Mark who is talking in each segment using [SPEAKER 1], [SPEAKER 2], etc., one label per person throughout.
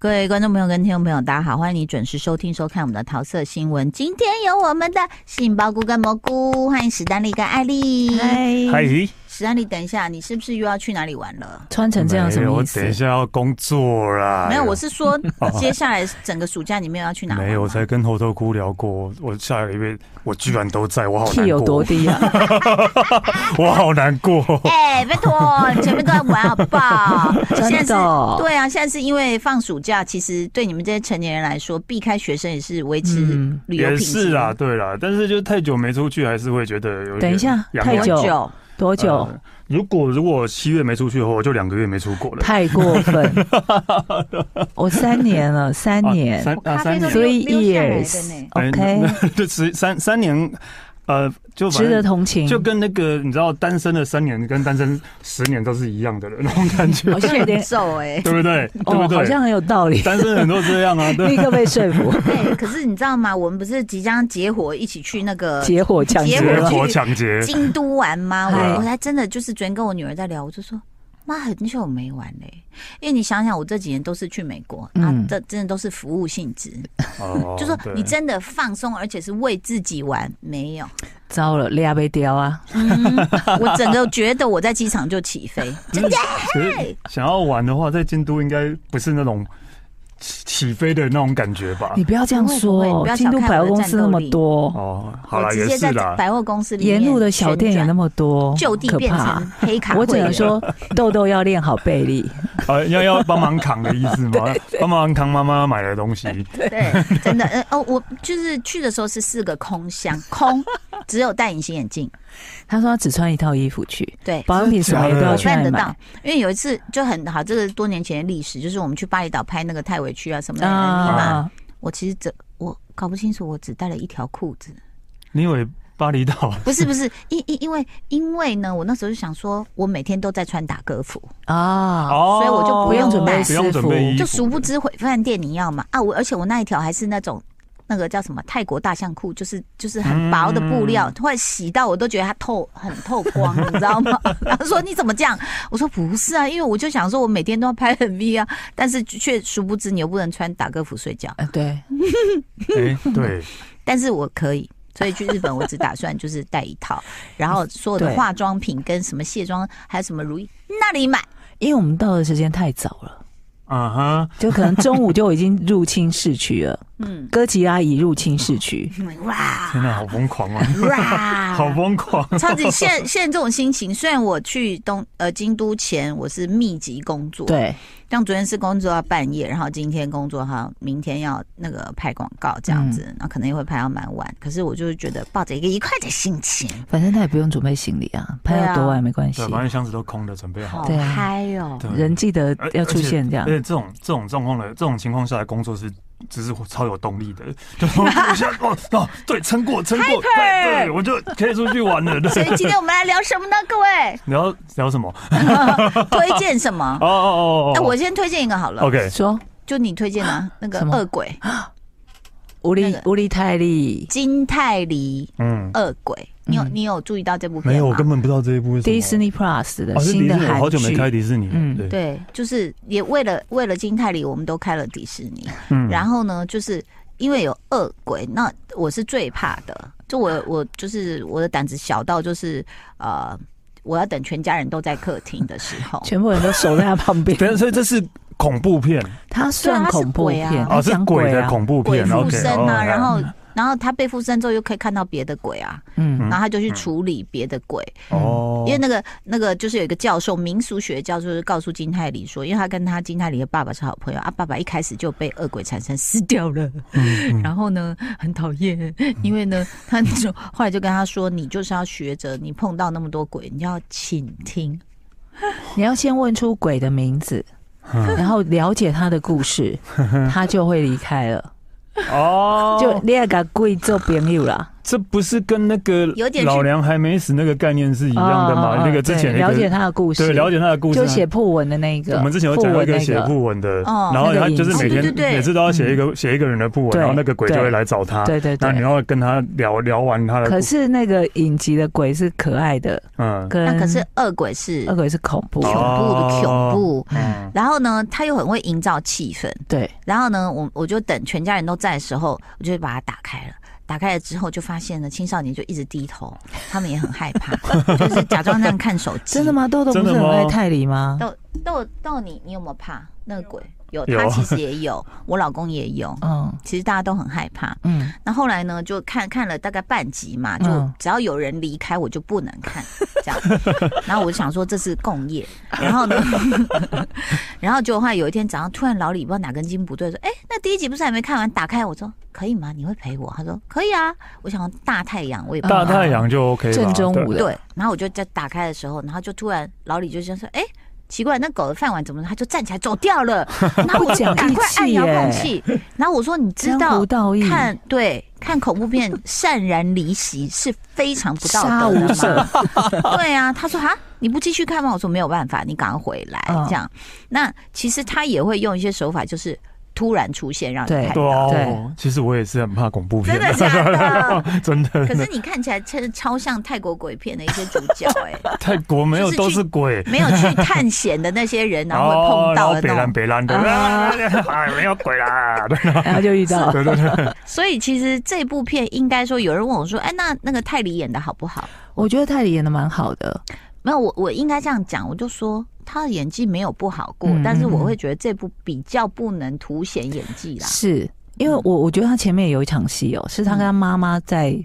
[SPEAKER 1] 各位观众朋友跟听众朋友，大家好，欢迎你准时收听收看我们的桃色新闻。今天有我们的杏鲍菇跟蘑菇，欢迎史丹利跟艾丽。
[SPEAKER 2] 嗨，
[SPEAKER 1] 史丹利，等一下，你是不是又要去哪里玩了？
[SPEAKER 3] 穿成这样什
[SPEAKER 2] 没有
[SPEAKER 3] 么
[SPEAKER 2] 我
[SPEAKER 3] 意思
[SPEAKER 2] 等一？下要工作啦。哎
[SPEAKER 1] 没有，我是说，呃接下来整个暑假你们有要去哪玩吗？
[SPEAKER 2] 没
[SPEAKER 3] 啊
[SPEAKER 2] 有，我才跟猴头菇聊过，我下个月我居然都在，我好
[SPEAKER 3] 气
[SPEAKER 2] 难
[SPEAKER 3] 有多
[SPEAKER 2] 过，
[SPEAKER 3] 低啊？
[SPEAKER 2] 我好难过。
[SPEAKER 1] 哎、拜 托，你前面都在玩好不好？
[SPEAKER 3] 真的
[SPEAKER 1] 现在是对啊，现在是因为放暑假，其实对你们这些成年人来说，避开学生也是维持
[SPEAKER 3] 嗯
[SPEAKER 1] 旅游
[SPEAKER 2] 也
[SPEAKER 1] 品质、
[SPEAKER 2] 是啊啦，对啦，但是就太久没出去，还是会觉得有点
[SPEAKER 3] 等一下
[SPEAKER 2] 痒
[SPEAKER 3] 太
[SPEAKER 2] 痒
[SPEAKER 3] 久
[SPEAKER 1] 多久？
[SPEAKER 3] 多久？
[SPEAKER 2] 呃如果如果七月没出去的话，我就两个月没出国了。
[SPEAKER 3] 太过分！我三年了，三年
[SPEAKER 2] 啊三啊
[SPEAKER 1] 咖
[SPEAKER 2] 三
[SPEAKER 1] 啡都
[SPEAKER 2] 年
[SPEAKER 1] 没有
[SPEAKER 3] ，three
[SPEAKER 1] 溜下来的
[SPEAKER 3] years
[SPEAKER 1] 呢。
[SPEAKER 2] 哎
[SPEAKER 3] OK，
[SPEAKER 2] 就十 三三年，呃，就反
[SPEAKER 3] 值得
[SPEAKER 2] 正
[SPEAKER 3] 同情。
[SPEAKER 2] 就跟那个你知道单身的三年跟单身十年都是一样的人那种感觉
[SPEAKER 3] 好，像有点
[SPEAKER 1] 瘦 哎、
[SPEAKER 2] 对不对？对
[SPEAKER 3] 哦
[SPEAKER 2] 不，对
[SPEAKER 3] 好？像很有道理，
[SPEAKER 2] 单身人都这 样啊，对
[SPEAKER 3] 立刻被说服。
[SPEAKER 1] 哎，可是你知道吗？我们不是即将结伙一起去那个
[SPEAKER 3] 结伙抢劫
[SPEAKER 1] 结
[SPEAKER 3] 了
[SPEAKER 1] 去，
[SPEAKER 2] 火抢劫，
[SPEAKER 1] 京都玩 吗？
[SPEAKER 3] 哎
[SPEAKER 1] 我我才真的就是昨天跟我女儿在聊，我就说。妈很久没玩嘞、因为你想想，我这几年都是去美国、啊
[SPEAKER 3] 嗯，
[SPEAKER 1] 这真的都是服务性质，
[SPEAKER 2] 哦
[SPEAKER 1] 就说
[SPEAKER 2] 对
[SPEAKER 1] 你真的放松，而且是为自己玩，没 有。
[SPEAKER 3] 糟了，俩被叼啊！
[SPEAKER 1] 嗯，我整个觉得我在机场就起 飞，真的
[SPEAKER 2] 可是想要玩的话，在京都应该不是那种起起飞的那种感觉吧
[SPEAKER 3] 你？不要这样
[SPEAKER 1] 不会不会你
[SPEAKER 3] 说
[SPEAKER 1] 不要，小
[SPEAKER 3] 京
[SPEAKER 1] 看
[SPEAKER 3] 都百货公司那么多，
[SPEAKER 2] 哦，好
[SPEAKER 1] 我
[SPEAKER 2] 啦，
[SPEAKER 1] 直
[SPEAKER 2] 也
[SPEAKER 1] 接在
[SPEAKER 2] 是啦，
[SPEAKER 1] 百货公司里面
[SPEAKER 3] 沿路的小店也那
[SPEAKER 1] 么
[SPEAKER 3] 么多，
[SPEAKER 1] 就地
[SPEAKER 3] 可
[SPEAKER 1] 变
[SPEAKER 3] 怕
[SPEAKER 1] 成。黑卡会员。
[SPEAKER 3] 我只能说，豆豆要练好背力。
[SPEAKER 2] 呃，要要帮忙扛的意思 吗？帮忙扛妈妈买的东西，
[SPEAKER 1] 对，真的，呃，哦，我就是去的时候是四个空箱，空， 只有戴隐形眼镜，
[SPEAKER 3] 他说他只穿一套衣服去，
[SPEAKER 1] 对。
[SPEAKER 3] 保养品什么也都要
[SPEAKER 1] 我
[SPEAKER 3] 去
[SPEAKER 1] 办
[SPEAKER 3] 那里
[SPEAKER 1] 得
[SPEAKER 3] 买
[SPEAKER 1] 到。，因为有一次就很好，这个多年前的历史，就是我们去巴厘岛拍那个太委屈啊什么的，你嘛，
[SPEAKER 3] 啊，
[SPEAKER 1] 我其实只我搞不清楚，我只带了一条裤子，
[SPEAKER 2] 你以为巴厘岛？
[SPEAKER 1] 不是不是，因因因为因为呢，我那时候就想说，我每天都在穿打歌服，
[SPEAKER 3] 啊，
[SPEAKER 1] 所以我就
[SPEAKER 3] 不用准备
[SPEAKER 2] 哦不用
[SPEAKER 3] 私
[SPEAKER 2] 准
[SPEAKER 3] 服
[SPEAKER 2] 备衣服，
[SPEAKER 1] 就殊不知回饭店你要嘛啊，我而且我那一条还是那种。那个叫什么泰国大象裤，就是就是很薄的布
[SPEAKER 2] 嗯
[SPEAKER 1] 料，会洗到我都觉得它透很透光，你知道 吗？他说你怎么这样？我说不是啊，因为我就想说我每天都要拍 MV 啊，但是却殊不知你又不能穿打歌服睡觉，
[SPEAKER 3] 呃对，
[SPEAKER 2] 哎， 对，
[SPEAKER 1] 但是我可以，所以去日本我只打算就是带一套，然后所有的
[SPEAKER 3] 对
[SPEAKER 1] 化妆品跟什么卸妆还有什么如意那里买。
[SPEAKER 3] 因为我们到的时间太早了，
[SPEAKER 2] 嗯哼，
[SPEAKER 3] 就可能中午就已经入侵市区了。
[SPEAKER 1] 嗯，
[SPEAKER 3] 哥吉拉已入侵市区，
[SPEAKER 1] 哇
[SPEAKER 2] 天哪，好疯 狂啊，
[SPEAKER 1] 哇，
[SPEAKER 2] 好疯狂！
[SPEAKER 1] 超级现现在这种心情，虽然我去东呃京都前我是密集工作，，
[SPEAKER 3] 对，
[SPEAKER 1] 像昨天是工作到半夜，然后今天工作哈，明天要那个拍广告这样子，
[SPEAKER 2] 嗯
[SPEAKER 1] 那、可能也会拍到蛮晚。可是我就是觉得抱着一个愉快的心情，
[SPEAKER 3] 反正他也不用准备行李啊，拍到多晚没关系
[SPEAKER 2] 对，，啊反正箱子都空的，准备好
[SPEAKER 1] 好
[SPEAKER 2] 了。
[SPEAKER 3] 对啊
[SPEAKER 1] 嗨哦！
[SPEAKER 2] 对
[SPEAKER 3] 人记得要出现这样
[SPEAKER 2] 而。且这种这种状况的这种情况下的工作是，只是超有动力的，就我现在哦哦，对，撑过撑过，对，对我就可以出去玩了。
[SPEAKER 1] 所
[SPEAKER 2] 对，
[SPEAKER 1] 以今天我们来聊什么呢？各位
[SPEAKER 2] 你要聊什么？
[SPEAKER 1] 推荐什么
[SPEAKER 2] 哦？ 哦哦哦，
[SPEAKER 1] 哎、我先推荐一个好了
[SPEAKER 2] OK，
[SPEAKER 3] 说
[SPEAKER 1] 就你推荐的 啊那个
[SPEAKER 3] 什么
[SPEAKER 1] 恶鬼
[SPEAKER 3] 无
[SPEAKER 1] 那
[SPEAKER 3] 力
[SPEAKER 1] 个
[SPEAKER 3] 无力泰利，
[SPEAKER 1] 金泰梨
[SPEAKER 2] 嗯，
[SPEAKER 1] 恶鬼，你有、
[SPEAKER 3] 嗯
[SPEAKER 1] 你有注意到这部片吗？
[SPEAKER 2] 没有，我根本不知道这一部是什么
[SPEAKER 3] 迪士尼 Plus 的
[SPEAKER 2] 哦是迪士
[SPEAKER 3] 新
[SPEAKER 2] 尼
[SPEAKER 3] 的韩
[SPEAKER 2] 我
[SPEAKER 3] 剧，
[SPEAKER 2] 好久没开迪士尼，
[SPEAKER 3] 嗯
[SPEAKER 2] 对，
[SPEAKER 1] 对，就是也为了为了金泰梨，我们都开了迪士尼。
[SPEAKER 2] 嗯
[SPEAKER 1] 然后呢，就是因为有恶鬼，那我是最怕的。就
[SPEAKER 2] 啊
[SPEAKER 1] 我我就是我的胆子小到就是呃，我要等全家人都在客厅的时 候，
[SPEAKER 3] 全部人都守在他旁边。
[SPEAKER 2] 等下，所以这是恐怖片
[SPEAKER 3] 他算恐怖
[SPEAKER 1] 对啊他是鬼
[SPEAKER 3] 片
[SPEAKER 1] 啊，
[SPEAKER 2] 哦，
[SPEAKER 3] 他
[SPEAKER 2] 是
[SPEAKER 3] 讲
[SPEAKER 2] 鬼的
[SPEAKER 3] 啊，
[SPEAKER 2] 恐怖
[SPEAKER 1] 鬼
[SPEAKER 2] 片
[SPEAKER 1] 附
[SPEAKER 2] ，OK，
[SPEAKER 1] 身
[SPEAKER 2] 哦
[SPEAKER 1] 啊，
[SPEAKER 2] ，OK，
[SPEAKER 1] 然后然后他被附身之后又可以看到别的鬼啊，
[SPEAKER 3] 嗯
[SPEAKER 1] 然后他就去处理别的鬼。
[SPEAKER 2] 哦，
[SPEAKER 1] 嗯因为那个那个就是有一个教授，民俗学教授就是告诉金泰梨说，因为他跟他金泰梨的爸爸是好朋友啊，爸爸一开始就被恶鬼缠身死掉了，
[SPEAKER 2] 嗯
[SPEAKER 1] 然后呢很讨厌，因为呢他就后来就跟他说，你就是要学着你碰到那么多鬼，你要倾听，
[SPEAKER 3] 你要先问出鬼的名字，
[SPEAKER 2] 嗯
[SPEAKER 3] 然后了解他的故事， 他就会离开了。
[SPEAKER 2] 哦，
[SPEAKER 3] 就你也甲鬼做朋友啦，
[SPEAKER 2] 这不是跟那个
[SPEAKER 1] 有点是
[SPEAKER 2] 老梁还没死那个概念是一样的嘛？
[SPEAKER 3] 哦哦哦
[SPEAKER 2] 那个之前
[SPEAKER 3] 对
[SPEAKER 2] 那
[SPEAKER 3] 了
[SPEAKER 2] 个
[SPEAKER 3] 解他的故事，
[SPEAKER 2] 对了解他的故事啊
[SPEAKER 3] 就，写铺文的那个，
[SPEAKER 2] 我们之前有讲
[SPEAKER 3] 铺
[SPEAKER 2] 过
[SPEAKER 3] 文
[SPEAKER 2] 一个
[SPEAKER 3] 那
[SPEAKER 2] 写布文的，
[SPEAKER 1] 哦
[SPEAKER 2] 然后他就是每
[SPEAKER 1] 那个影
[SPEAKER 2] 天
[SPEAKER 1] 集哦对对对
[SPEAKER 2] 每次都要写一个写一个人的布文，
[SPEAKER 3] 嗯对
[SPEAKER 2] 然后那个鬼就会来找他，
[SPEAKER 3] 对对
[SPEAKER 2] 啊那你
[SPEAKER 3] 对。
[SPEAKER 2] 要跟他聊聊完他的故
[SPEAKER 3] 可
[SPEAKER 2] 事，
[SPEAKER 3] 是那个影集的鬼是可爱的，
[SPEAKER 2] 嗯
[SPEAKER 3] 跟
[SPEAKER 1] 那可是恶鬼是
[SPEAKER 3] 恶
[SPEAKER 1] 恐
[SPEAKER 3] 鬼是恐怖
[SPEAKER 1] 怖
[SPEAKER 3] 的，
[SPEAKER 2] 哦
[SPEAKER 1] 的恐怖。
[SPEAKER 2] 嗯，
[SPEAKER 1] 然后呢，他又很会营造气氛。
[SPEAKER 3] 对，
[SPEAKER 1] 然后呢，我我就等全家人都在的时候，我就把它打开了。打开了之后，就发现呢，青少年就一直低头，他们也很害怕，就是假装那样看手机。
[SPEAKER 3] 真的？吗？豆豆不是
[SPEAKER 2] 真的
[SPEAKER 3] 很
[SPEAKER 2] 吗
[SPEAKER 3] 爱泰理吗？
[SPEAKER 1] 豆豆豆，你你有没有怕那个鬼？有，
[SPEAKER 2] 有
[SPEAKER 1] 他其实也有，我老公也有。
[SPEAKER 3] 嗯
[SPEAKER 1] 其实大家都很害怕。
[SPEAKER 3] 嗯，
[SPEAKER 1] 那后来呢，就看看了大概半集嘛，就
[SPEAKER 3] 嗯
[SPEAKER 1] 只要有人离开，我就不能看这 样。然后我就想说这是共业，然后呢， 然后就后来有一天早上突然老李不知道哪根筋不对，说：“哎、那第一集不是还没看完？”打开我说：“可以吗？你会陪我？”他说：“可以啊。”我想大太阳，我也不
[SPEAKER 2] 大太阳就 OK
[SPEAKER 3] 嗯
[SPEAKER 2] 吧
[SPEAKER 3] 正中
[SPEAKER 2] 对
[SPEAKER 3] 午的，
[SPEAKER 1] 对。然后我就在打开的时候，然后就突然老李就先说：“哎、奇怪，那狗的饭碗怎么了？”他就站起来走掉了。然后我就
[SPEAKER 3] 讲
[SPEAKER 1] 赶
[SPEAKER 3] 义
[SPEAKER 1] 快按
[SPEAKER 3] 气
[SPEAKER 1] 遥控
[SPEAKER 3] 耶
[SPEAKER 1] 器。然后我说：“你知
[SPEAKER 3] 哦江
[SPEAKER 1] 道
[SPEAKER 3] 湖道义，
[SPEAKER 1] 看对看恐怖 片潸然离席是非常不道
[SPEAKER 3] 杀
[SPEAKER 1] 德
[SPEAKER 3] 无
[SPEAKER 1] 的嘛。
[SPEAKER 3] 赦，
[SPEAKER 1] 对啊，他说哈，你不继续看吗？我说没有办法，你赶快回来、
[SPEAKER 3] 嗯
[SPEAKER 1] 这样。那其实他也会用一些手法，就是突然出现让你
[SPEAKER 3] 对
[SPEAKER 1] 看
[SPEAKER 2] 对
[SPEAKER 1] 到。
[SPEAKER 2] 哦
[SPEAKER 3] 对，
[SPEAKER 2] 其实我也是很怕恐怖片，
[SPEAKER 1] 真的假的？
[SPEAKER 2] 真的
[SPEAKER 1] 可是你看起来真的超像泰国鬼片的一些主角哎、
[SPEAKER 2] 泰国没有
[SPEAKER 1] 就是去
[SPEAKER 2] 都是鬼，
[SPEAKER 1] 没有去探险的那些人，然后会
[SPEAKER 2] 哦
[SPEAKER 1] 碰
[SPEAKER 2] 然
[SPEAKER 1] 到
[SPEAKER 2] 后
[SPEAKER 1] 的
[SPEAKER 2] 北
[SPEAKER 1] 那
[SPEAKER 2] 兰
[SPEAKER 1] 种。
[SPEAKER 2] 北兰的，
[SPEAKER 3] 啊
[SPEAKER 2] 哎，没有鬼啦， 对
[SPEAKER 3] 然后就遇到了。
[SPEAKER 2] 对对 对，
[SPEAKER 1] 所以其实这部片应该说，有人问我说：“哎，那那个泰里演的好不好？”
[SPEAKER 3] 我觉得泰理演的蛮好的，
[SPEAKER 1] 没有，我我应该这样讲，我就说他的演技没有不好过，
[SPEAKER 3] 嗯
[SPEAKER 1] 但是我会觉得这部比较不能凸显演技啦。嗯
[SPEAKER 3] 是因为我我觉得他前面有一场戏哦，是他跟他妈妈在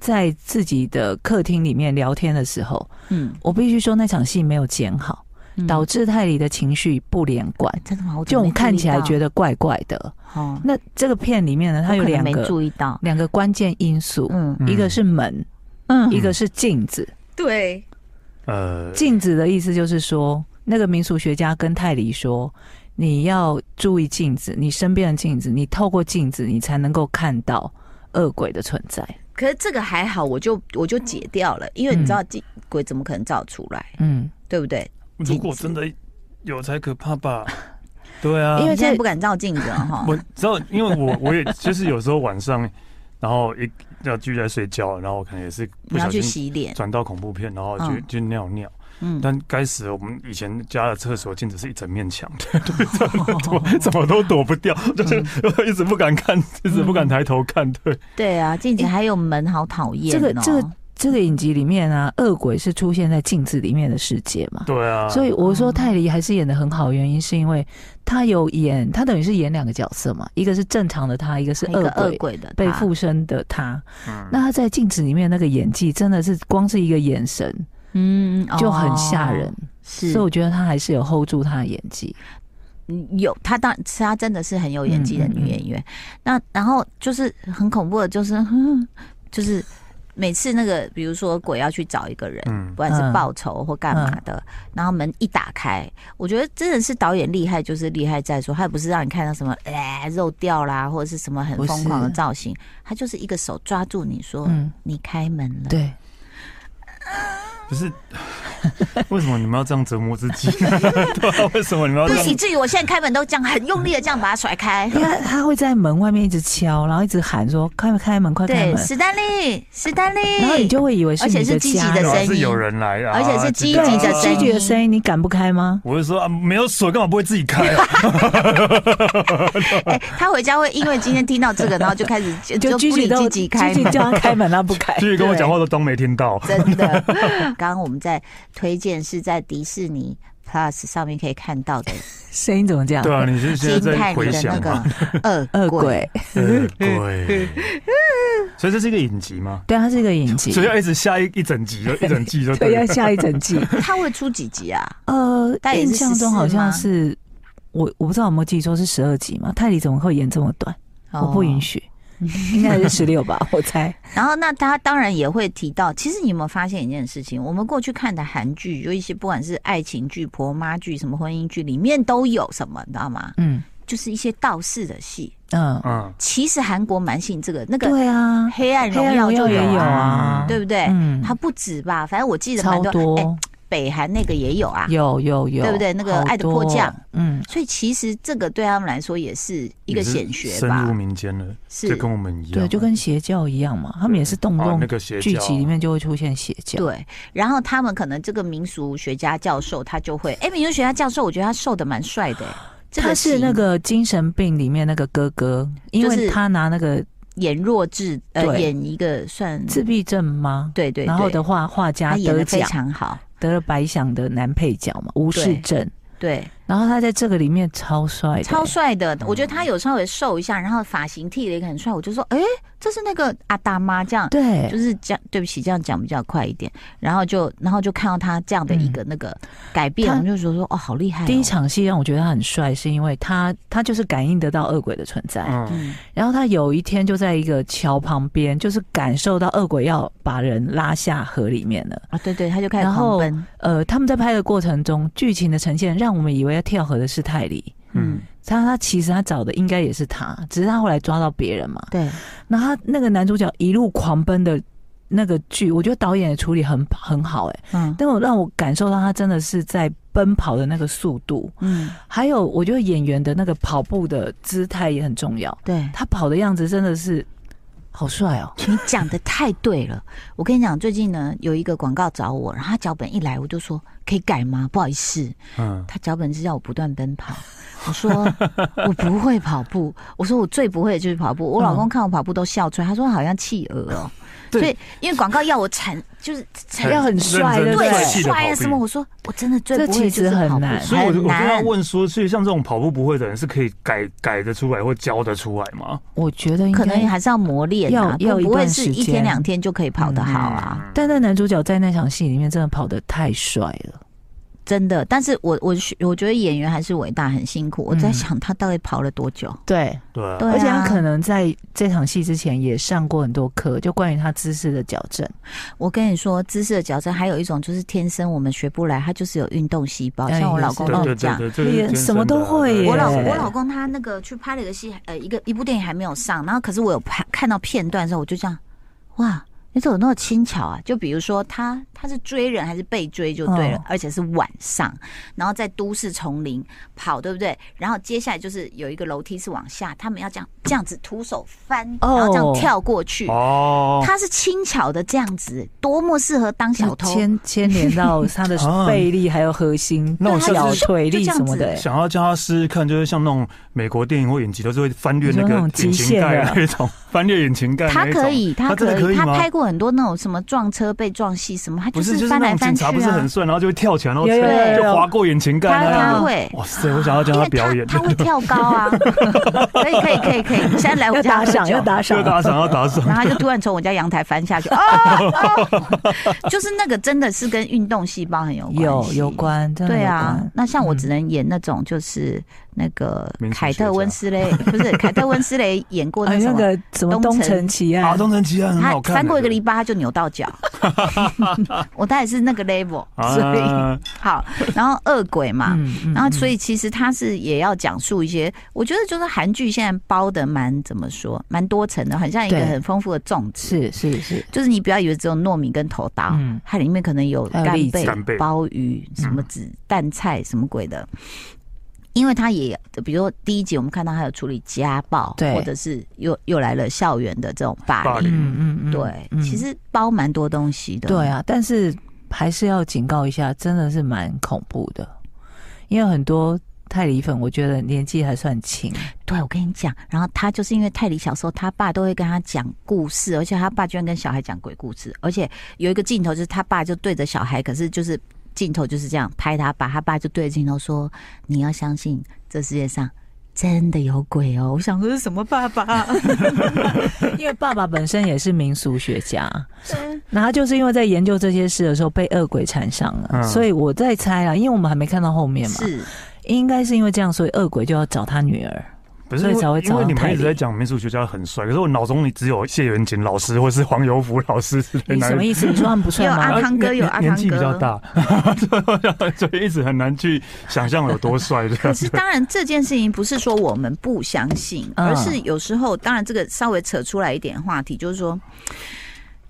[SPEAKER 3] 在自己的客厅里面聊天的时候，
[SPEAKER 1] 嗯，
[SPEAKER 3] 我必须说那场戏没有剪好，
[SPEAKER 1] 嗯
[SPEAKER 3] 导致泰里的情绪不连贯，
[SPEAKER 1] 真的吗？我
[SPEAKER 3] 就我们看起来觉
[SPEAKER 1] 得，
[SPEAKER 3] 得怪怪的。
[SPEAKER 1] 哦，
[SPEAKER 3] 那这个片里面呢，它有
[SPEAKER 1] 我可能
[SPEAKER 3] 两
[SPEAKER 1] 没
[SPEAKER 3] 个
[SPEAKER 1] 注意到，
[SPEAKER 3] 两个关键因素，
[SPEAKER 1] 嗯
[SPEAKER 2] 嗯
[SPEAKER 3] 一个是门，
[SPEAKER 1] 嗯，
[SPEAKER 3] 一个是镜子。
[SPEAKER 1] 对，
[SPEAKER 2] 呃，
[SPEAKER 3] 镜子的意思就是说，那个民俗学家跟泰里说，你要注意镜子，你身边的镜子，你透过镜子，你才能够看到恶鬼的存在。
[SPEAKER 1] 可是这个还好，我就我就解掉了，因为你知道，这鬼怎么可能造出来，
[SPEAKER 3] 嗯，
[SPEAKER 1] 对不对？
[SPEAKER 2] 如果真的有才可怕吧？对啊，
[SPEAKER 3] 呃因为
[SPEAKER 1] 你现在
[SPEAKER 3] 这
[SPEAKER 1] 不敢照镜子 了哈。
[SPEAKER 2] 我知道，因为我我也就是有时候晚上，然后一要聚在睡觉，然后我可能也是不
[SPEAKER 1] 你要
[SPEAKER 2] 小
[SPEAKER 1] 去
[SPEAKER 2] 心
[SPEAKER 1] 洗脸，
[SPEAKER 2] 转到恐怖片，然后去、
[SPEAKER 1] 嗯
[SPEAKER 2] 去尿尿。
[SPEAKER 1] 嗯，
[SPEAKER 2] 但该死了，我们以前家的厕所镜子是一整面墙， 对对，躲怎么都躲不掉，就是
[SPEAKER 1] 嗯
[SPEAKER 2] 一直不敢看，一直不敢抬头看，对，
[SPEAKER 1] 对啊，镜子还有门，好讨厌哦。
[SPEAKER 3] 这个这个这个影集里面啊，恶鬼是出现在镜子里面的世界嘛。
[SPEAKER 2] 对啊，
[SPEAKER 3] 所以我说泰黎还是演的很好，原因是因为他有演，他等于是演两个角色嘛，一个是正常的他，一个是
[SPEAKER 1] 一
[SPEAKER 3] 恶
[SPEAKER 1] 个恶
[SPEAKER 3] 鬼
[SPEAKER 1] 鬼的
[SPEAKER 3] 被
[SPEAKER 1] 他
[SPEAKER 3] 附身的他。
[SPEAKER 2] 嗯
[SPEAKER 3] 那他在镜子里面那个演技，真的是光是一个眼神
[SPEAKER 1] 嗯
[SPEAKER 3] 就很吓人，，
[SPEAKER 1] 哦是
[SPEAKER 3] 所以我觉得他还是有 hold 住他的演技。
[SPEAKER 1] 嗯有，她当她真的是很有演技的女
[SPEAKER 3] 嗯
[SPEAKER 1] 演员。那然后就是很恐怖的，就是 哼就是每次那个，比如说鬼要去找一个人，
[SPEAKER 2] 嗯
[SPEAKER 1] 不管是
[SPEAKER 3] 嗯
[SPEAKER 1] 报仇或干嘛的，然后门一打开，我觉得真的是导演厉害，就是厉害在说，他也不是让你看到什么哎、肉掉啦，或者是什么很
[SPEAKER 3] 不是
[SPEAKER 1] 疯狂的造型，他就是一个手抓住你说、
[SPEAKER 3] 嗯，
[SPEAKER 1] 你开门了，
[SPEAKER 3] 对，
[SPEAKER 2] 不是 为什么你们要这样折磨自 己呢？对啊，为什么你们要
[SPEAKER 1] 不
[SPEAKER 2] 这
[SPEAKER 1] 是以
[SPEAKER 2] 样？
[SPEAKER 1] 至于我现在开门都这样很用力的这样把它甩开，
[SPEAKER 3] 因为他会在门外面一直敲，然后一直喊说：“快开门，快开
[SPEAKER 1] 对，
[SPEAKER 3] 门
[SPEAKER 1] 史丹利，史丹利，！”
[SPEAKER 3] 然后你就会以为是
[SPEAKER 1] 而且
[SPEAKER 3] 你
[SPEAKER 1] 是
[SPEAKER 3] 的
[SPEAKER 1] 积极
[SPEAKER 3] 家
[SPEAKER 1] 的
[SPEAKER 2] 对
[SPEAKER 1] 声
[SPEAKER 2] 啊
[SPEAKER 1] 音
[SPEAKER 3] 人，
[SPEAKER 2] 是有人来啊，
[SPEAKER 1] 而且是积极
[SPEAKER 2] 知道
[SPEAKER 1] 的
[SPEAKER 2] 啊
[SPEAKER 1] 声音
[SPEAKER 3] 积极的声音，你敢不开吗？
[SPEAKER 2] 我就说啊，没有锁，干嘛不会自己开啊？。
[SPEAKER 1] 哎、他回家会因为今天听到这个，然后就开 始就就不
[SPEAKER 3] 呃就继
[SPEAKER 1] 理
[SPEAKER 3] 续都
[SPEAKER 1] 积极开
[SPEAKER 3] 继
[SPEAKER 1] 门
[SPEAKER 3] 续。叫他开门，他不开
[SPEAKER 2] 就是跟我讲话都当没听到。
[SPEAKER 1] 真的，刚刚我们在推荐是在迪士尼 Plus 上面可以看到的
[SPEAKER 3] 声音怎么这样？
[SPEAKER 2] 对啊，你是现在
[SPEAKER 1] 金
[SPEAKER 2] 在
[SPEAKER 1] 泰
[SPEAKER 2] 回
[SPEAKER 1] 里的那
[SPEAKER 2] 想吗？
[SPEAKER 1] 个恶
[SPEAKER 3] 恶
[SPEAKER 1] 鬼，
[SPEAKER 3] 鬼，
[SPEAKER 2] 对，所以这是一个影集吗？
[SPEAKER 3] 对啊，它是一个影集
[SPEAKER 2] 所以，要一直下一一整集，就一整季就
[SPEAKER 3] 对，
[SPEAKER 2] 对
[SPEAKER 3] 要
[SPEAKER 2] 了。
[SPEAKER 3] 下一整 季。
[SPEAKER 1] 他会出几集啊？
[SPEAKER 3] 呃
[SPEAKER 1] 但，也是
[SPEAKER 3] 印象中
[SPEAKER 1] 14
[SPEAKER 3] 好
[SPEAKER 1] 吗
[SPEAKER 3] 像是我我不知道有没有记错是十二集嘛？泰里怎么会演这么短？我不允
[SPEAKER 1] 许。
[SPEAKER 3] 许，应该是十六吧，我猜。
[SPEAKER 1] 哦然后，那他当然也会提到，其实你有没有发现一件事情？我们过去看的韩剧，有一些不管是爱情剧、婆妈剧、什么婚姻剧，里面都有什么，你知道吗？
[SPEAKER 3] 嗯，
[SPEAKER 1] 就是一些道士的戏，
[SPEAKER 3] 嗯，
[SPEAKER 2] 嗯，
[SPEAKER 1] 其实韩国蛮信这个，那个
[SPEAKER 3] 对啊，
[SPEAKER 1] 黑暗
[SPEAKER 3] 黑
[SPEAKER 1] 荣
[SPEAKER 3] 暗
[SPEAKER 1] 耀
[SPEAKER 3] 荣耀
[SPEAKER 1] 就
[SPEAKER 3] 也
[SPEAKER 1] 有
[SPEAKER 3] 有
[SPEAKER 1] 啊，
[SPEAKER 3] 啊，
[SPEAKER 1] 对不对？
[SPEAKER 3] 嗯
[SPEAKER 1] 它不止吧，反正我记得蛮
[SPEAKER 3] 超
[SPEAKER 1] 多。哎
[SPEAKER 3] 多，
[SPEAKER 1] 北韩那个也有啊，
[SPEAKER 3] 有有有，
[SPEAKER 1] 对不对那个
[SPEAKER 3] 好
[SPEAKER 1] 爱的迫
[SPEAKER 3] 多
[SPEAKER 1] 降，
[SPEAKER 3] 嗯，
[SPEAKER 1] 所以其实这个对他们来说也是一个
[SPEAKER 2] 也是
[SPEAKER 1] 显学
[SPEAKER 2] 深入
[SPEAKER 1] 吧，
[SPEAKER 2] 民间了，
[SPEAKER 1] 是
[SPEAKER 2] 这跟我们一样，
[SPEAKER 3] 对，就跟邪教一样嘛，他们也是动不
[SPEAKER 2] 啊
[SPEAKER 3] 动
[SPEAKER 2] 那个邪
[SPEAKER 3] 剧
[SPEAKER 2] 教
[SPEAKER 3] 集里面就会出现邪教，
[SPEAKER 1] 对。然后他们可能这个民俗学家教授他就会，哎，民俗学家教授，我觉得他瘦的蛮帅 的、哎这
[SPEAKER 3] 他
[SPEAKER 1] 个
[SPEAKER 3] 是那个精神病里面那个哥哥，因
[SPEAKER 1] 就
[SPEAKER 3] 为
[SPEAKER 1] 是
[SPEAKER 3] 他拿那个
[SPEAKER 1] 演弱智，呃，
[SPEAKER 3] 对
[SPEAKER 1] 演一个算
[SPEAKER 3] 自闭症吗？
[SPEAKER 1] 对对，
[SPEAKER 3] 然后
[SPEAKER 1] 对
[SPEAKER 3] 的话，画
[SPEAKER 1] 他
[SPEAKER 3] 家
[SPEAKER 1] 演
[SPEAKER 3] 得
[SPEAKER 1] 的非
[SPEAKER 3] 奖，
[SPEAKER 1] 常好，
[SPEAKER 3] 得了百想的男配角嘛，吴世
[SPEAKER 1] 对
[SPEAKER 3] 正。
[SPEAKER 1] 对，
[SPEAKER 3] 然后他在这个里面超帅的，
[SPEAKER 1] 超帅
[SPEAKER 3] 嗯
[SPEAKER 1] 的。我觉得他有稍微瘦一下，然后发型剃了一个很帅，我就说，哎，这是那个阿大妈这样。
[SPEAKER 3] 对，
[SPEAKER 1] 就是这样，对不起，这样讲比较快一点。然后就，然后就看到他这样的一个那个改变，
[SPEAKER 3] 嗯他
[SPEAKER 1] 我就觉得说，哦，好厉害、哦！
[SPEAKER 3] 第一，场戏让我觉得他很帅，是因为他他就是感应得到恶鬼的存在。
[SPEAKER 2] 嗯，
[SPEAKER 1] 嗯，
[SPEAKER 3] 然后他有一天就在一个桥旁边，就是感受到恶鬼要把人拉下河里面了。
[SPEAKER 1] 啊，对对，他就开始
[SPEAKER 3] 然
[SPEAKER 1] 狂
[SPEAKER 3] 后
[SPEAKER 1] 奔，嗯
[SPEAKER 3] 呃，他们在拍的过程中，剧情的呈现让我们以为要跳河的是泰里，
[SPEAKER 1] 嗯
[SPEAKER 2] 嗯，
[SPEAKER 3] 他他其实他找的应该也是他，只是他后来抓到别人嘛。
[SPEAKER 1] 对，
[SPEAKER 3] 然后他那个男主角一路狂奔的那个剧，我觉得导演的处理很很好、欸，
[SPEAKER 1] 嗯
[SPEAKER 3] 但我让我感受到他真的是在奔跑的那个速度，
[SPEAKER 1] 嗯，
[SPEAKER 3] 还有我觉得演员的那个跑步的姿态也很重要。
[SPEAKER 1] 对，
[SPEAKER 3] 他跑的样子真的是好帅哦，
[SPEAKER 1] 你讲的太对了。我跟你讲，最近呢有一个广告找我，然后他脚本一来，我就说可以改吗？不好意思，
[SPEAKER 2] 嗯，
[SPEAKER 1] 他脚本是要我不断奔跑。我 说我不会跑步，我说我最不会的就是跑步。我
[SPEAKER 3] 嗯
[SPEAKER 1] 老公看我跑步都笑出来，他说好像企鹅哦。
[SPEAKER 2] 对
[SPEAKER 1] 所以因为广告要我产就是产
[SPEAKER 3] 要很帅，对
[SPEAKER 2] 认真
[SPEAKER 3] 不
[SPEAKER 1] 对
[SPEAKER 3] 对？
[SPEAKER 2] 帅气地
[SPEAKER 1] 帅啊
[SPEAKER 2] 跑
[SPEAKER 1] 什么？
[SPEAKER 2] 步
[SPEAKER 1] 我说我真的最不
[SPEAKER 3] 这
[SPEAKER 1] 会
[SPEAKER 3] 其
[SPEAKER 1] 就
[SPEAKER 3] 实
[SPEAKER 1] 是跑
[SPEAKER 3] 很
[SPEAKER 1] 步，
[SPEAKER 3] 难
[SPEAKER 2] 所以我
[SPEAKER 1] 很
[SPEAKER 2] 就我就要
[SPEAKER 1] 难。
[SPEAKER 2] 问说，所以像这种跑步不会的人，是可以改改得出来或教得出来吗？
[SPEAKER 3] 我觉得应
[SPEAKER 1] 可能
[SPEAKER 3] 该。
[SPEAKER 1] 还是要磨练啊，
[SPEAKER 3] 要要
[SPEAKER 1] 不
[SPEAKER 3] 一
[SPEAKER 1] 不会
[SPEAKER 3] 段
[SPEAKER 1] 是
[SPEAKER 3] 时间
[SPEAKER 1] 一天两天就可以跑得好啊。
[SPEAKER 2] 嗯，
[SPEAKER 3] 但那男主角在那场戏里面真的跑得太帅了，
[SPEAKER 1] 真的，但是我我我觉得演员还是伟大，很辛苦。我在
[SPEAKER 3] 嗯
[SPEAKER 1] 想他到底跑了多久？
[SPEAKER 3] 对，
[SPEAKER 2] 对啊，
[SPEAKER 1] 对啊
[SPEAKER 3] 而且他可能在这场戏之前也上过很多课，就关于他姿势的矫正。
[SPEAKER 1] 我跟你说，姿势的矫正还有一种就是天生我们学不来，他就是有运动细胞，
[SPEAKER 3] 哎
[SPEAKER 1] 像我老
[SPEAKER 3] 也是
[SPEAKER 1] 公
[SPEAKER 2] 对
[SPEAKER 1] 都
[SPEAKER 2] 对
[SPEAKER 1] 哦这样。
[SPEAKER 2] 对对，这个是
[SPEAKER 3] 也
[SPEAKER 2] 天生的啊
[SPEAKER 3] 什么都会耶
[SPEAKER 1] 我老
[SPEAKER 3] 对
[SPEAKER 1] 我老公他那个去拍了一个戏，呃，一个一部电影还没有上，然后可是我有拍看到片段的时候，我就这样，哇，你怎么那么轻巧啊？就比如说他他是追人还是被追就对了，
[SPEAKER 3] 嗯
[SPEAKER 1] 而且是晚上，然后在都市丛林跑，对不对？然后接下来就是有一个楼梯是往下，他们要这样这样子徒手翻，然后这样
[SPEAKER 3] 哦
[SPEAKER 1] 跳过去。
[SPEAKER 2] 哦，
[SPEAKER 1] 他是轻巧的这样子，多么适合当小偷！
[SPEAKER 3] 牵牵连 到他的
[SPEAKER 2] 啊
[SPEAKER 3] 背力，还有核心、
[SPEAKER 2] 哦那我下
[SPEAKER 3] 小
[SPEAKER 2] 次
[SPEAKER 3] 腿力什么的、欸
[SPEAKER 2] 想要叫他试试看，就是像那种美国电影或影集，都是会翻越
[SPEAKER 3] 你
[SPEAKER 2] 那
[SPEAKER 3] 说
[SPEAKER 2] 个
[SPEAKER 3] 那种
[SPEAKER 2] 引
[SPEAKER 3] 极
[SPEAKER 2] 擎
[SPEAKER 3] 限的
[SPEAKER 2] 盖那一种， 翻越引擎盖
[SPEAKER 1] 他
[SPEAKER 2] 那一种。
[SPEAKER 1] 可以，他
[SPEAKER 2] 他真
[SPEAKER 1] 可
[SPEAKER 2] 的可
[SPEAKER 1] 以，
[SPEAKER 2] 以
[SPEAKER 1] 他
[SPEAKER 2] 吗
[SPEAKER 1] 拍过很多那种什么撞车被撞戏什么，他
[SPEAKER 2] 不是就是
[SPEAKER 1] 翻
[SPEAKER 2] 那
[SPEAKER 1] 来
[SPEAKER 2] 种
[SPEAKER 1] 翻
[SPEAKER 2] 警
[SPEAKER 1] 去
[SPEAKER 2] 察不是
[SPEAKER 1] 啊
[SPEAKER 2] 很。帅，然后就会跳起来，然后
[SPEAKER 3] 有有有
[SPEAKER 2] 就
[SPEAKER 3] 有
[SPEAKER 2] 划过引擎盖
[SPEAKER 1] 他
[SPEAKER 2] 那
[SPEAKER 1] 他
[SPEAKER 2] 样的。
[SPEAKER 1] 会，
[SPEAKER 2] 哇塞！我想要叫
[SPEAKER 1] 因
[SPEAKER 2] 他
[SPEAKER 1] 为
[SPEAKER 2] 表演，
[SPEAKER 1] 他他会跳高 啊，可以可以可以可以，你现在来我
[SPEAKER 3] 要
[SPEAKER 1] 家
[SPEAKER 3] 打
[SPEAKER 1] 喝酒
[SPEAKER 3] 赏，要打
[SPEAKER 2] 要
[SPEAKER 3] 赏，
[SPEAKER 2] 打 赏要打赏。
[SPEAKER 1] 然后他就突然从我家阳台翻下去，啊，啊 就是那个真的是跟运动细胞很有关
[SPEAKER 3] 有
[SPEAKER 2] 哎
[SPEAKER 1] 系
[SPEAKER 3] 有。关，真的
[SPEAKER 1] 对
[SPEAKER 3] 有
[SPEAKER 1] 啊
[SPEAKER 3] 关，。嗯
[SPEAKER 1] 那像我只能演那种，就是那个
[SPEAKER 2] 民俗
[SPEAKER 1] 凯
[SPEAKER 2] 学
[SPEAKER 1] 特
[SPEAKER 2] 家
[SPEAKER 1] 温斯雷，不是凯特温斯雷演过
[SPEAKER 3] 哎
[SPEAKER 1] 那什
[SPEAKER 3] 那
[SPEAKER 1] 么，
[SPEAKER 3] 个什么东城奇
[SPEAKER 2] 啊，
[SPEAKER 3] 案，
[SPEAKER 2] 东城奇案很
[SPEAKER 1] 他
[SPEAKER 2] 好看欸。
[SPEAKER 1] 翻过一个篱笆他就扭到 脚，我大概是那个 level，所以
[SPEAKER 2] 啊，
[SPEAKER 1] 好，然后恶鬼嘛，
[SPEAKER 3] 嗯嗯
[SPEAKER 1] 然后，所
[SPEAKER 3] 以
[SPEAKER 1] 以其实他是也要讲述一些，我觉得就是韩剧现在包的蛮怎么说，蛮多层的，很像一个
[SPEAKER 3] 对
[SPEAKER 1] 很丰富的粽子。
[SPEAKER 3] 是是是，
[SPEAKER 1] 就是你不要以为只有糯米跟头刀，
[SPEAKER 3] 嗯
[SPEAKER 1] 它里面可能有
[SPEAKER 3] 还有
[SPEAKER 1] 干
[SPEAKER 3] 栗子嗯
[SPEAKER 1] 贝
[SPEAKER 2] 干、贝
[SPEAKER 1] 鲍鱼、什么子蛋菜、什么鬼的。因为它也，比如说第一集我们看到还有处理家暴，
[SPEAKER 3] 对
[SPEAKER 1] 或者是又又来了校园的这种霸
[SPEAKER 2] 霸
[SPEAKER 1] 凌，
[SPEAKER 2] 凌
[SPEAKER 3] 嗯嗯嗯，
[SPEAKER 1] 对，
[SPEAKER 3] 嗯
[SPEAKER 1] 其实包蛮多东西的。
[SPEAKER 3] 对，啊，但是还是要警告一下，真的是蛮恐怖的，因为很多泰迪粉，我觉得年纪还算轻，
[SPEAKER 1] 对，我跟你讲，然后他就是因为泰迪小时候，他爸都会跟他讲故事，而且他爸居然跟小孩讲鬼故事，而且有一个镜头就是他爸就对着小孩，可是就是镜头就是这样拍他爸，他爸就对着镜头说：“你要相信这世界上真的有鬼哦。”我想说是什么爸爸？
[SPEAKER 3] 因为爸爸本身也是民俗学家，那他就是因为在研究这些事的时候被恶鬼缠上了，
[SPEAKER 2] 嗯
[SPEAKER 3] 所以我在猜啦，因为我们还没看到后面嘛，
[SPEAKER 1] 是
[SPEAKER 3] 应该是因为这样，所以恶鬼就要找他女儿，
[SPEAKER 2] 可是
[SPEAKER 3] 所以
[SPEAKER 2] 因为
[SPEAKER 3] 才会
[SPEAKER 2] 因
[SPEAKER 3] 找
[SPEAKER 2] 为
[SPEAKER 3] 到
[SPEAKER 2] 你们
[SPEAKER 3] 泰
[SPEAKER 2] 一直
[SPEAKER 3] 迪
[SPEAKER 2] 在讲民俗学家很帅，可是我脑中里只有谢元锦老师或是黄有福老师之类
[SPEAKER 3] 你
[SPEAKER 2] 的
[SPEAKER 3] 什么意思？你说他们不帅
[SPEAKER 1] 没有
[SPEAKER 3] 吗
[SPEAKER 1] 阿？汤哥
[SPEAKER 2] 年
[SPEAKER 1] 有啊阿汤哥
[SPEAKER 2] 年纪比较大， 所以一直很难去想象有多帅这
[SPEAKER 1] 可
[SPEAKER 2] 样
[SPEAKER 1] 是
[SPEAKER 2] 子。
[SPEAKER 1] 当然这件事情不是说我们不相信，
[SPEAKER 3] 嗯
[SPEAKER 1] 而是有时候当然这个稍微扯出来一点话题，就是说。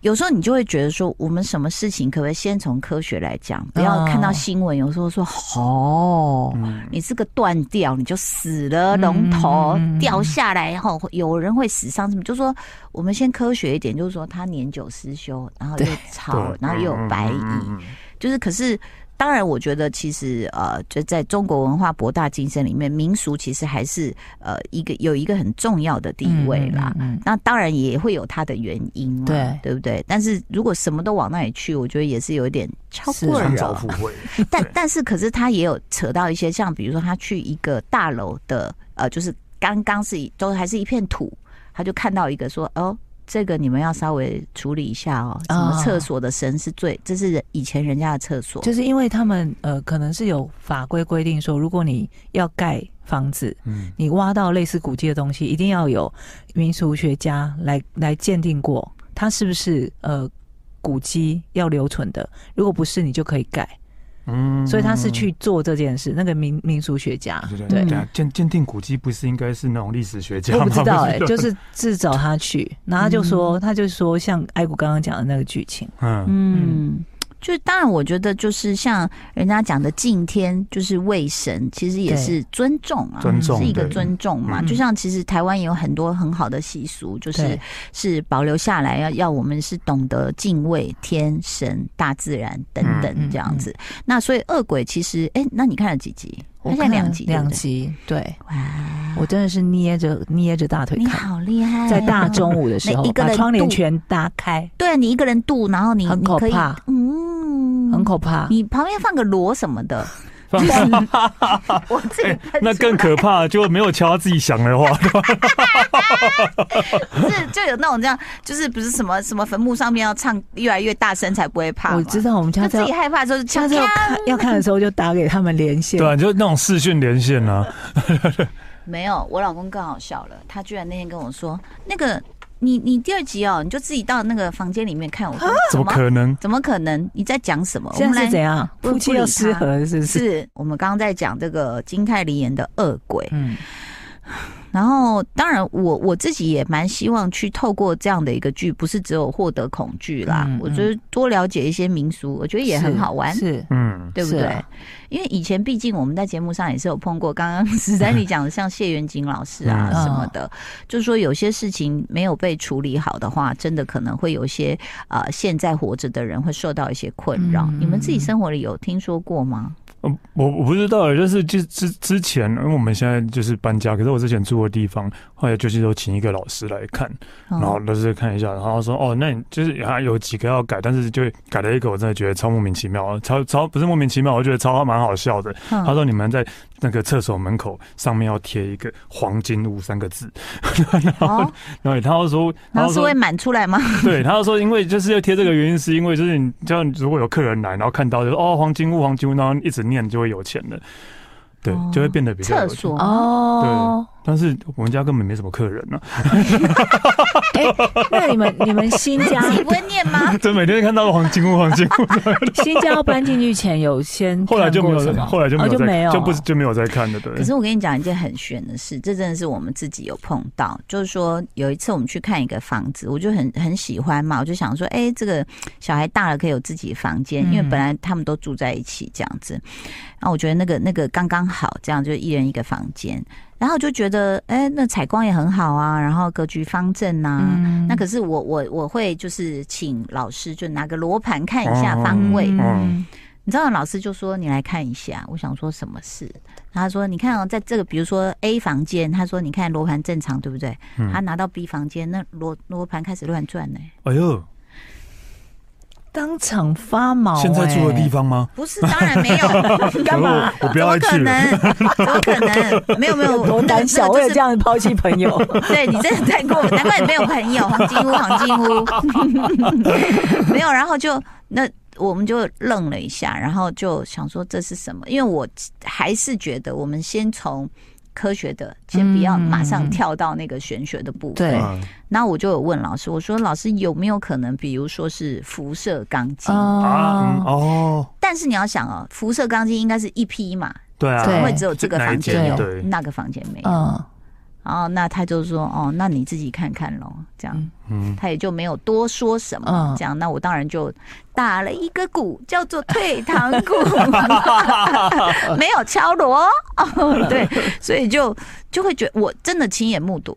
[SPEAKER 1] 有时候你就会觉得说，我们什么事情可不可以先从科学来讲，不要
[SPEAKER 3] 嗯
[SPEAKER 1] 看到新闻，有时候说哦，
[SPEAKER 2] 嗯，
[SPEAKER 1] 你这个断掉你就死了，龙头
[SPEAKER 3] 嗯
[SPEAKER 1] 掉下来后有人会死伤什么，就说我们先科学一点，就是说他年久失修，然后又
[SPEAKER 3] 对
[SPEAKER 1] 潮，然后又有白蚁，
[SPEAKER 2] 嗯嗯
[SPEAKER 1] 就是可是，当然，我觉得其实呃，就在中国文化博大精深里面，民俗其实还是呃一个有一个很重要的地位啦。
[SPEAKER 3] 嗯，嗯嗯
[SPEAKER 1] 那当然也会有它的原因嘛，
[SPEAKER 3] 对
[SPEAKER 1] 对不对？但是如果什么都往那里去，我觉得也是有一点超
[SPEAKER 3] 是
[SPEAKER 1] 过
[SPEAKER 2] 穿
[SPEAKER 1] 人。
[SPEAKER 2] 凿附 会，
[SPEAKER 1] 但
[SPEAKER 2] 对
[SPEAKER 1] 但是，可是他也有扯到一些，像比如说他去一个大楼的，呃，就是刚刚是一都还是一片土，他就看到一个说，哦，这个你们要稍微处理一下哦，什么
[SPEAKER 3] 啊
[SPEAKER 1] 厕所的神是最，这是人以前人家的厕所，
[SPEAKER 3] 就是因为他们呃，可能是有法规规定说，如果你要盖房子，
[SPEAKER 2] 嗯，
[SPEAKER 3] 你挖到类似古迹的东西，一定要有民俗学家来来鉴定过，它是不是呃古迹要留存的。如果不是，你就可以盖。
[SPEAKER 2] 嗯
[SPEAKER 3] 所以他是去做这件事，那个民民俗学家
[SPEAKER 2] 对。对
[SPEAKER 3] 对
[SPEAKER 2] 对，等下鉴鉴定古迹不是应该是那种历史学家
[SPEAKER 3] 我
[SPEAKER 2] 吗？
[SPEAKER 3] 不知道哎、
[SPEAKER 2] 不
[SPEAKER 3] 就是自找他去，然后他就说，他就说像艾谷刚刚讲的那个剧情，
[SPEAKER 2] 嗯，
[SPEAKER 1] 嗯。就当然，我觉得就是像人家讲的敬天，就是畏神，其实也
[SPEAKER 3] 对
[SPEAKER 1] 是尊重啊，
[SPEAKER 2] 尊重
[SPEAKER 1] 是一个
[SPEAKER 2] 对
[SPEAKER 1] 尊重嘛。
[SPEAKER 3] 嗯
[SPEAKER 1] 就像其实台湾也有很多很好的习俗，就是
[SPEAKER 3] 对
[SPEAKER 1] 是保留下来，要要我们是懂得敬畏天神、大自然等等
[SPEAKER 3] 嗯
[SPEAKER 1] 这样子。那所以恶鬼其实，哎、那你看了几集？它
[SPEAKER 3] 我
[SPEAKER 1] 现在
[SPEAKER 3] 看
[SPEAKER 1] 两集，对不
[SPEAKER 3] 两
[SPEAKER 1] 对。
[SPEAKER 3] 集，对
[SPEAKER 1] 哇，
[SPEAKER 3] 我真的是捏着捏着大腿
[SPEAKER 1] 你
[SPEAKER 3] 看，
[SPEAKER 1] 好厉害、啊
[SPEAKER 3] 在大。中午的时
[SPEAKER 1] 那
[SPEAKER 3] 候
[SPEAKER 1] 一个
[SPEAKER 3] 把
[SPEAKER 1] 人
[SPEAKER 3] 窗帘
[SPEAKER 1] 度
[SPEAKER 3] 全打开，
[SPEAKER 1] 对你一个人度，然后你
[SPEAKER 3] 很
[SPEAKER 1] 你
[SPEAKER 3] 可
[SPEAKER 1] 可以，
[SPEAKER 3] 怕，
[SPEAKER 1] 嗯，
[SPEAKER 3] 很可 怕。
[SPEAKER 1] 你旁边放个锣什么的， 我自己
[SPEAKER 2] 哎， 那更可怕，就没有敲到自己想的话，
[SPEAKER 1] 是就有那种这样，就是不是什么什么坟墓上面要唱越来越大声才不会怕嘛，
[SPEAKER 3] 我知道我们
[SPEAKER 1] 就
[SPEAKER 3] 家在
[SPEAKER 1] 自己害怕就是
[SPEAKER 3] 下次要看要看的时候就打给他们连线
[SPEAKER 2] 对，啊，就是那种视讯连线 啊，
[SPEAKER 1] 没有，我老公更好笑了，他居然那天跟我说，那个你你第二集哦，你就自己到那个房间里面看，我说
[SPEAKER 2] 怎么可能？
[SPEAKER 1] 怎么可能？你在讲什么？我
[SPEAKER 3] 现
[SPEAKER 1] 们
[SPEAKER 3] 在
[SPEAKER 1] 来
[SPEAKER 3] 是怎样？
[SPEAKER 1] 我们
[SPEAKER 3] 夫妻要失和是不是？
[SPEAKER 1] 是我们刚刚在讲这个金泰梨演的恶鬼，
[SPEAKER 3] 嗯，
[SPEAKER 1] 然后，当然我，我自己也蛮希望去透过这样的一个剧，不是只有获得恐惧啦，
[SPEAKER 3] 嗯嗯
[SPEAKER 1] 我觉得多了解一些民俗，我觉得也很好玩，
[SPEAKER 3] 是
[SPEAKER 2] 嗯，
[SPEAKER 1] 对不
[SPEAKER 3] 是
[SPEAKER 1] 对？
[SPEAKER 3] 啊
[SPEAKER 1] 因为以前毕竟我们在节目上也是有碰过，刚刚史丹利讲的，像谢元景老师啊
[SPEAKER 3] 嗯
[SPEAKER 1] 什么的，就是说有些事情没有被处理好的话，真的可能会有一些呃现在活着的人会受到一些困扰。
[SPEAKER 3] 嗯
[SPEAKER 1] 你们自己生活里有听说过吗？
[SPEAKER 2] 嗯我我不知道，就是之之之前，因为我们现在就是搬家，可是我之前住的地方，后来就是有请一个老师来看，
[SPEAKER 1] 嗯
[SPEAKER 2] 然后老师看一下，然后说哦，那你就是还有几个要改，但是就改了一个，我真的觉得超莫名其妙，超超不是莫名其妙，我觉得超蛮好笑的。
[SPEAKER 1] 嗯
[SPEAKER 2] 他说你们在那个厕所门口上面要贴一个“黄金屋”三个字， 然后
[SPEAKER 1] 哦，
[SPEAKER 2] 然后他又说，
[SPEAKER 1] 然
[SPEAKER 2] 他
[SPEAKER 1] 后
[SPEAKER 2] 又
[SPEAKER 1] 是
[SPEAKER 2] 说
[SPEAKER 1] 会满出来吗？
[SPEAKER 2] 对，他说因为就是要贴这个原因，是因为就是你这样，如果有客人来，然后看到就说哦黄金屋黄金屋，然后一直念就会有钱的，对
[SPEAKER 1] 哦，
[SPEAKER 2] 就会变得比较
[SPEAKER 1] 厕
[SPEAKER 2] 有钱。
[SPEAKER 1] 所哦。
[SPEAKER 3] 哦。
[SPEAKER 2] 但是我们家根本没什么客人啊呢、
[SPEAKER 3] 哎，那你们你们新 家
[SPEAKER 1] 自己不会念吗？
[SPEAKER 2] 啊， 就每天看到黄金屋黄金屋，
[SPEAKER 3] 新家要搬进去前有先
[SPEAKER 2] 后来就没
[SPEAKER 3] 看过什
[SPEAKER 2] 有，
[SPEAKER 3] 么
[SPEAKER 2] 后来就没
[SPEAKER 3] 哦就
[SPEAKER 2] 有再，
[SPEAKER 3] 没有
[SPEAKER 2] 就不哦就没有再看了，对
[SPEAKER 1] 可。是我跟你讲一件很玄的事，这真的是我们自己有碰到。就是说，有一次我们去看一个房子，我就很很喜欢嘛，我就想说，哎、这个小孩大了可以有自己的房间，因为
[SPEAKER 3] 嗯
[SPEAKER 1] 本来他们都住在一起这样子。然后我觉得那个那个刚刚好，这样就一人一个房间。然后我就觉得，哎、那采光也很好啊，然后格局方正啊。
[SPEAKER 3] 嗯
[SPEAKER 1] 那可是我我我会就是请老师就拿个罗盘看一
[SPEAKER 3] 哦
[SPEAKER 1] 下方位，
[SPEAKER 2] 嗯
[SPEAKER 1] 你知道老师就说你来看一下，我想说什么事？他说你看哦，在这个比如说 A 房间，他说你看罗盘正常对不对？
[SPEAKER 2] 嗯
[SPEAKER 1] 他拿到 B 房间，那罗罗盘开始乱转呢、
[SPEAKER 2] 哎呦，
[SPEAKER 1] 哦
[SPEAKER 3] 当场发毛。
[SPEAKER 2] 现在住的地
[SPEAKER 3] 哎，
[SPEAKER 2] 方吗？
[SPEAKER 1] 不是，当然 没有，干嘛？
[SPEAKER 2] 我不要
[SPEAKER 1] 怎
[SPEAKER 2] 再去了。
[SPEAKER 1] 么可能？怎么可能？没有没有，
[SPEAKER 3] 多胆小，我
[SPEAKER 1] 那
[SPEAKER 3] 也
[SPEAKER 1] 个
[SPEAKER 3] 这样抛弃朋友。
[SPEAKER 1] 就是 对你真的太过分，难怪你没有朋友。黄金屋，黄金屋，没 有。然后就那我们就愣了一下，然后就想说这是什么？因为我还是觉得我们先从科学的，先不要
[SPEAKER 3] 嗯
[SPEAKER 1] 马上跳到那个玄学的部分。
[SPEAKER 3] 对
[SPEAKER 4] 嗯
[SPEAKER 1] 然后我就有问老师，我说老师有没有可能，比如说是辐射钢筋？
[SPEAKER 2] 啊嗯
[SPEAKER 3] 哦，
[SPEAKER 2] 哦，
[SPEAKER 1] 但是你要想哦，辐射钢筋应该是一批嘛，
[SPEAKER 2] 对啊，
[SPEAKER 1] 不
[SPEAKER 3] 对
[SPEAKER 1] 会只有这个
[SPEAKER 2] 哪一
[SPEAKER 1] 房间
[SPEAKER 2] 间
[SPEAKER 1] 有，
[SPEAKER 2] 对
[SPEAKER 1] 那个房间没有。
[SPEAKER 3] 嗯，
[SPEAKER 1] 然后那他就说哦，那你自己看看咯，这样。
[SPEAKER 3] 嗯
[SPEAKER 2] 嗯，
[SPEAKER 1] 他也就没有多说什么，
[SPEAKER 3] 嗯
[SPEAKER 1] 这样，那我当然就打了一个鼓，叫做退堂 鼓，没有敲锣，哦，对，所以就就会觉得我真的亲眼目睹，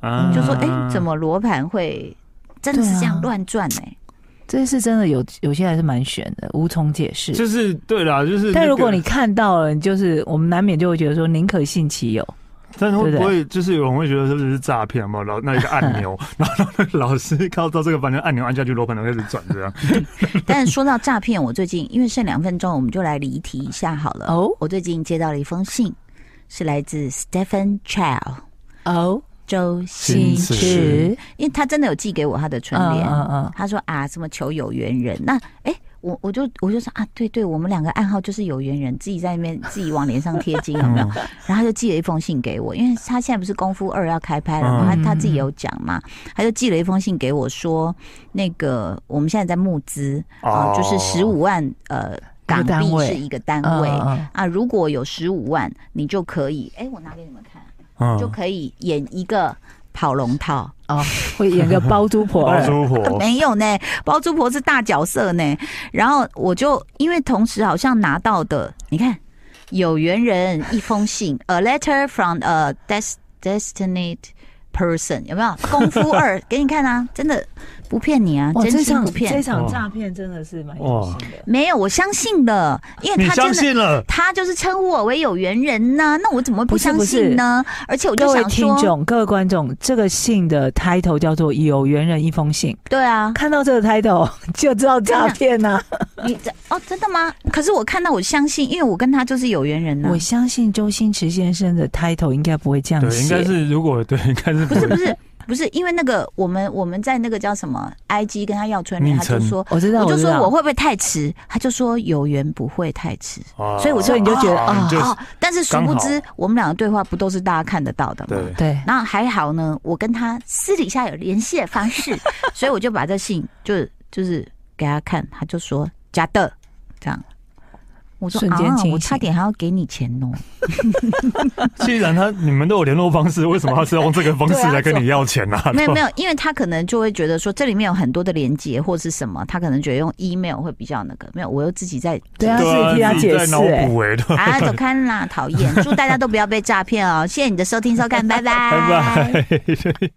[SPEAKER 2] 啊
[SPEAKER 3] 嗯
[SPEAKER 1] 就说哎、怎？么罗盘会真的是
[SPEAKER 3] 啊
[SPEAKER 1] 这样乱转呢？
[SPEAKER 3] 这是真的有有些还是蛮悬的，无从解释。
[SPEAKER 4] 就是对啦，就是那个、
[SPEAKER 3] 但如果你看到了，你就是我们难免就会觉得说，宁可信其有。
[SPEAKER 2] 但是会
[SPEAKER 3] 对
[SPEAKER 2] 不
[SPEAKER 3] 不
[SPEAKER 2] 会就是有人会觉得是不是诈骗嘛？然后那一个按 钮，然后那个老师靠到这个反正按钮按下去，罗盘就开始转这样。
[SPEAKER 1] 但是说到诈骗，我最近因为剩两分钟，我们就来离题一下好了。
[SPEAKER 3] 哦
[SPEAKER 1] 我最近接到了一封信，是来自 Stephen Chow
[SPEAKER 3] 哦，
[SPEAKER 1] 周
[SPEAKER 2] 星
[SPEAKER 1] 星
[SPEAKER 2] 星驰
[SPEAKER 1] 驰，因为他真的有寄给我他的春联，
[SPEAKER 3] 嗯
[SPEAKER 1] 他说啊，什么求有缘人？那哎、诶我我就我就说啊，对对，我们两个暗号就是有缘人，自己在那边自己往脸上贴金，有
[SPEAKER 2] 嗯
[SPEAKER 3] 嗯
[SPEAKER 1] 没有？然后他就寄了一封信给我，因为他现在不是《功夫二》要开拍了嘛，
[SPEAKER 3] 嗯
[SPEAKER 1] 他他自己有讲嘛，他就寄了一封信给我说，那个我们现在在募资啊、
[SPEAKER 2] 哦
[SPEAKER 1] 就是十五万呃港
[SPEAKER 3] 单
[SPEAKER 1] 币
[SPEAKER 3] 位
[SPEAKER 1] 是一个单
[SPEAKER 3] 嗯
[SPEAKER 1] 位。
[SPEAKER 3] 嗯
[SPEAKER 1] 啊，如果有十五万，你就可以，哎、我拿给你们看，
[SPEAKER 2] 嗯
[SPEAKER 1] 就可以演一个跑龙套。
[SPEAKER 3] 哦，会演个包租婆，
[SPEAKER 2] 包租
[SPEAKER 3] 哦
[SPEAKER 2] 婆，
[SPEAKER 1] 没有呢，包租婆是大角色呢。然后我就因为同时好像拿到的，你看，有缘人一封信，a letter from a des destined person，有没有？功夫二 给你看啊，真的不骗你啊，
[SPEAKER 3] 哇，
[SPEAKER 1] 真
[SPEAKER 3] 这
[SPEAKER 1] 心
[SPEAKER 3] 场
[SPEAKER 1] 不
[SPEAKER 3] 这
[SPEAKER 1] 骗。
[SPEAKER 2] 哦
[SPEAKER 3] 场诈骗真的是蛮有心的。
[SPEAKER 1] 没有，我相信的，因为
[SPEAKER 2] 你
[SPEAKER 1] 他真
[SPEAKER 2] 相
[SPEAKER 1] 的。
[SPEAKER 2] 信了？
[SPEAKER 1] 他就是称呼我为有缘人呢、那我怎么会不
[SPEAKER 3] 不是
[SPEAKER 1] 相
[SPEAKER 3] 不是
[SPEAKER 1] 信呢？而且我
[SPEAKER 3] 各
[SPEAKER 1] 就
[SPEAKER 3] 位
[SPEAKER 1] 想
[SPEAKER 3] 听
[SPEAKER 1] 说，
[SPEAKER 3] 众、各位观众，这个信的 title 叫做“有缘人一封信
[SPEAKER 1] 对啊”，，
[SPEAKER 3] 看到这个 title 就知道诈骗啊呐、
[SPEAKER 1] 你这哦，真的吗？可是我看到我相信，因为我跟他就是有缘人呢、啊
[SPEAKER 3] 我相信周星驰先生的 title 应该不会这样
[SPEAKER 2] 对，
[SPEAKER 3] 写，
[SPEAKER 2] 应该是如果对，应该
[SPEAKER 1] 嗯
[SPEAKER 2] 是
[SPEAKER 1] 不是不是 不是，因为那个我们我们在那个叫什么 IG 跟他要春联，
[SPEAKER 2] 昵
[SPEAKER 1] 他就
[SPEAKER 2] 称
[SPEAKER 1] 说。
[SPEAKER 3] 我知道，
[SPEAKER 1] 我就
[SPEAKER 3] 知
[SPEAKER 1] 说
[SPEAKER 3] 道
[SPEAKER 1] 我会不会太迟？他就说有缘不会太迟。
[SPEAKER 2] 哦
[SPEAKER 1] 所以我就
[SPEAKER 3] 所以你就觉得
[SPEAKER 2] 哦
[SPEAKER 3] 啊
[SPEAKER 2] 你就
[SPEAKER 1] 哦，但是殊
[SPEAKER 2] 刚
[SPEAKER 1] 不
[SPEAKER 2] 好
[SPEAKER 1] 知我们两个对话不都是大家看得到的吗？
[SPEAKER 2] 对，
[SPEAKER 3] 对，
[SPEAKER 1] 然后还好呢，我跟他私底下有联系的方 式，所以我就把这信就就是给他看，他就说假的，这样。我说
[SPEAKER 3] 瞬间
[SPEAKER 1] 啊，
[SPEAKER 3] 清
[SPEAKER 1] 我差
[SPEAKER 3] 醒
[SPEAKER 1] 点还要给你钱哦。
[SPEAKER 2] 既然他你们都有联络方式，为什么他是用这个方式来跟你要钱呢？啊
[SPEAKER 1] 没有没
[SPEAKER 3] 啊
[SPEAKER 2] 有，
[SPEAKER 1] 有，因为他可能就会觉得说这里面有很多的连接或是什么，他可能觉得用 email 会比较那个。没有，我又自己在
[SPEAKER 3] 对啊，
[SPEAKER 2] 对
[SPEAKER 3] 自己替
[SPEAKER 2] 啊，
[SPEAKER 3] 他
[SPEAKER 2] 自己
[SPEAKER 3] 解
[SPEAKER 2] 在
[SPEAKER 3] 释、
[SPEAKER 2] 脑
[SPEAKER 3] 哎
[SPEAKER 2] 补哎，对
[SPEAKER 1] 啊，走开啦，
[SPEAKER 2] 欸
[SPEAKER 1] 讨厌！祝大家都不要被诈骗哦！谢谢你的收听收看，拜拜
[SPEAKER 2] 拜拜。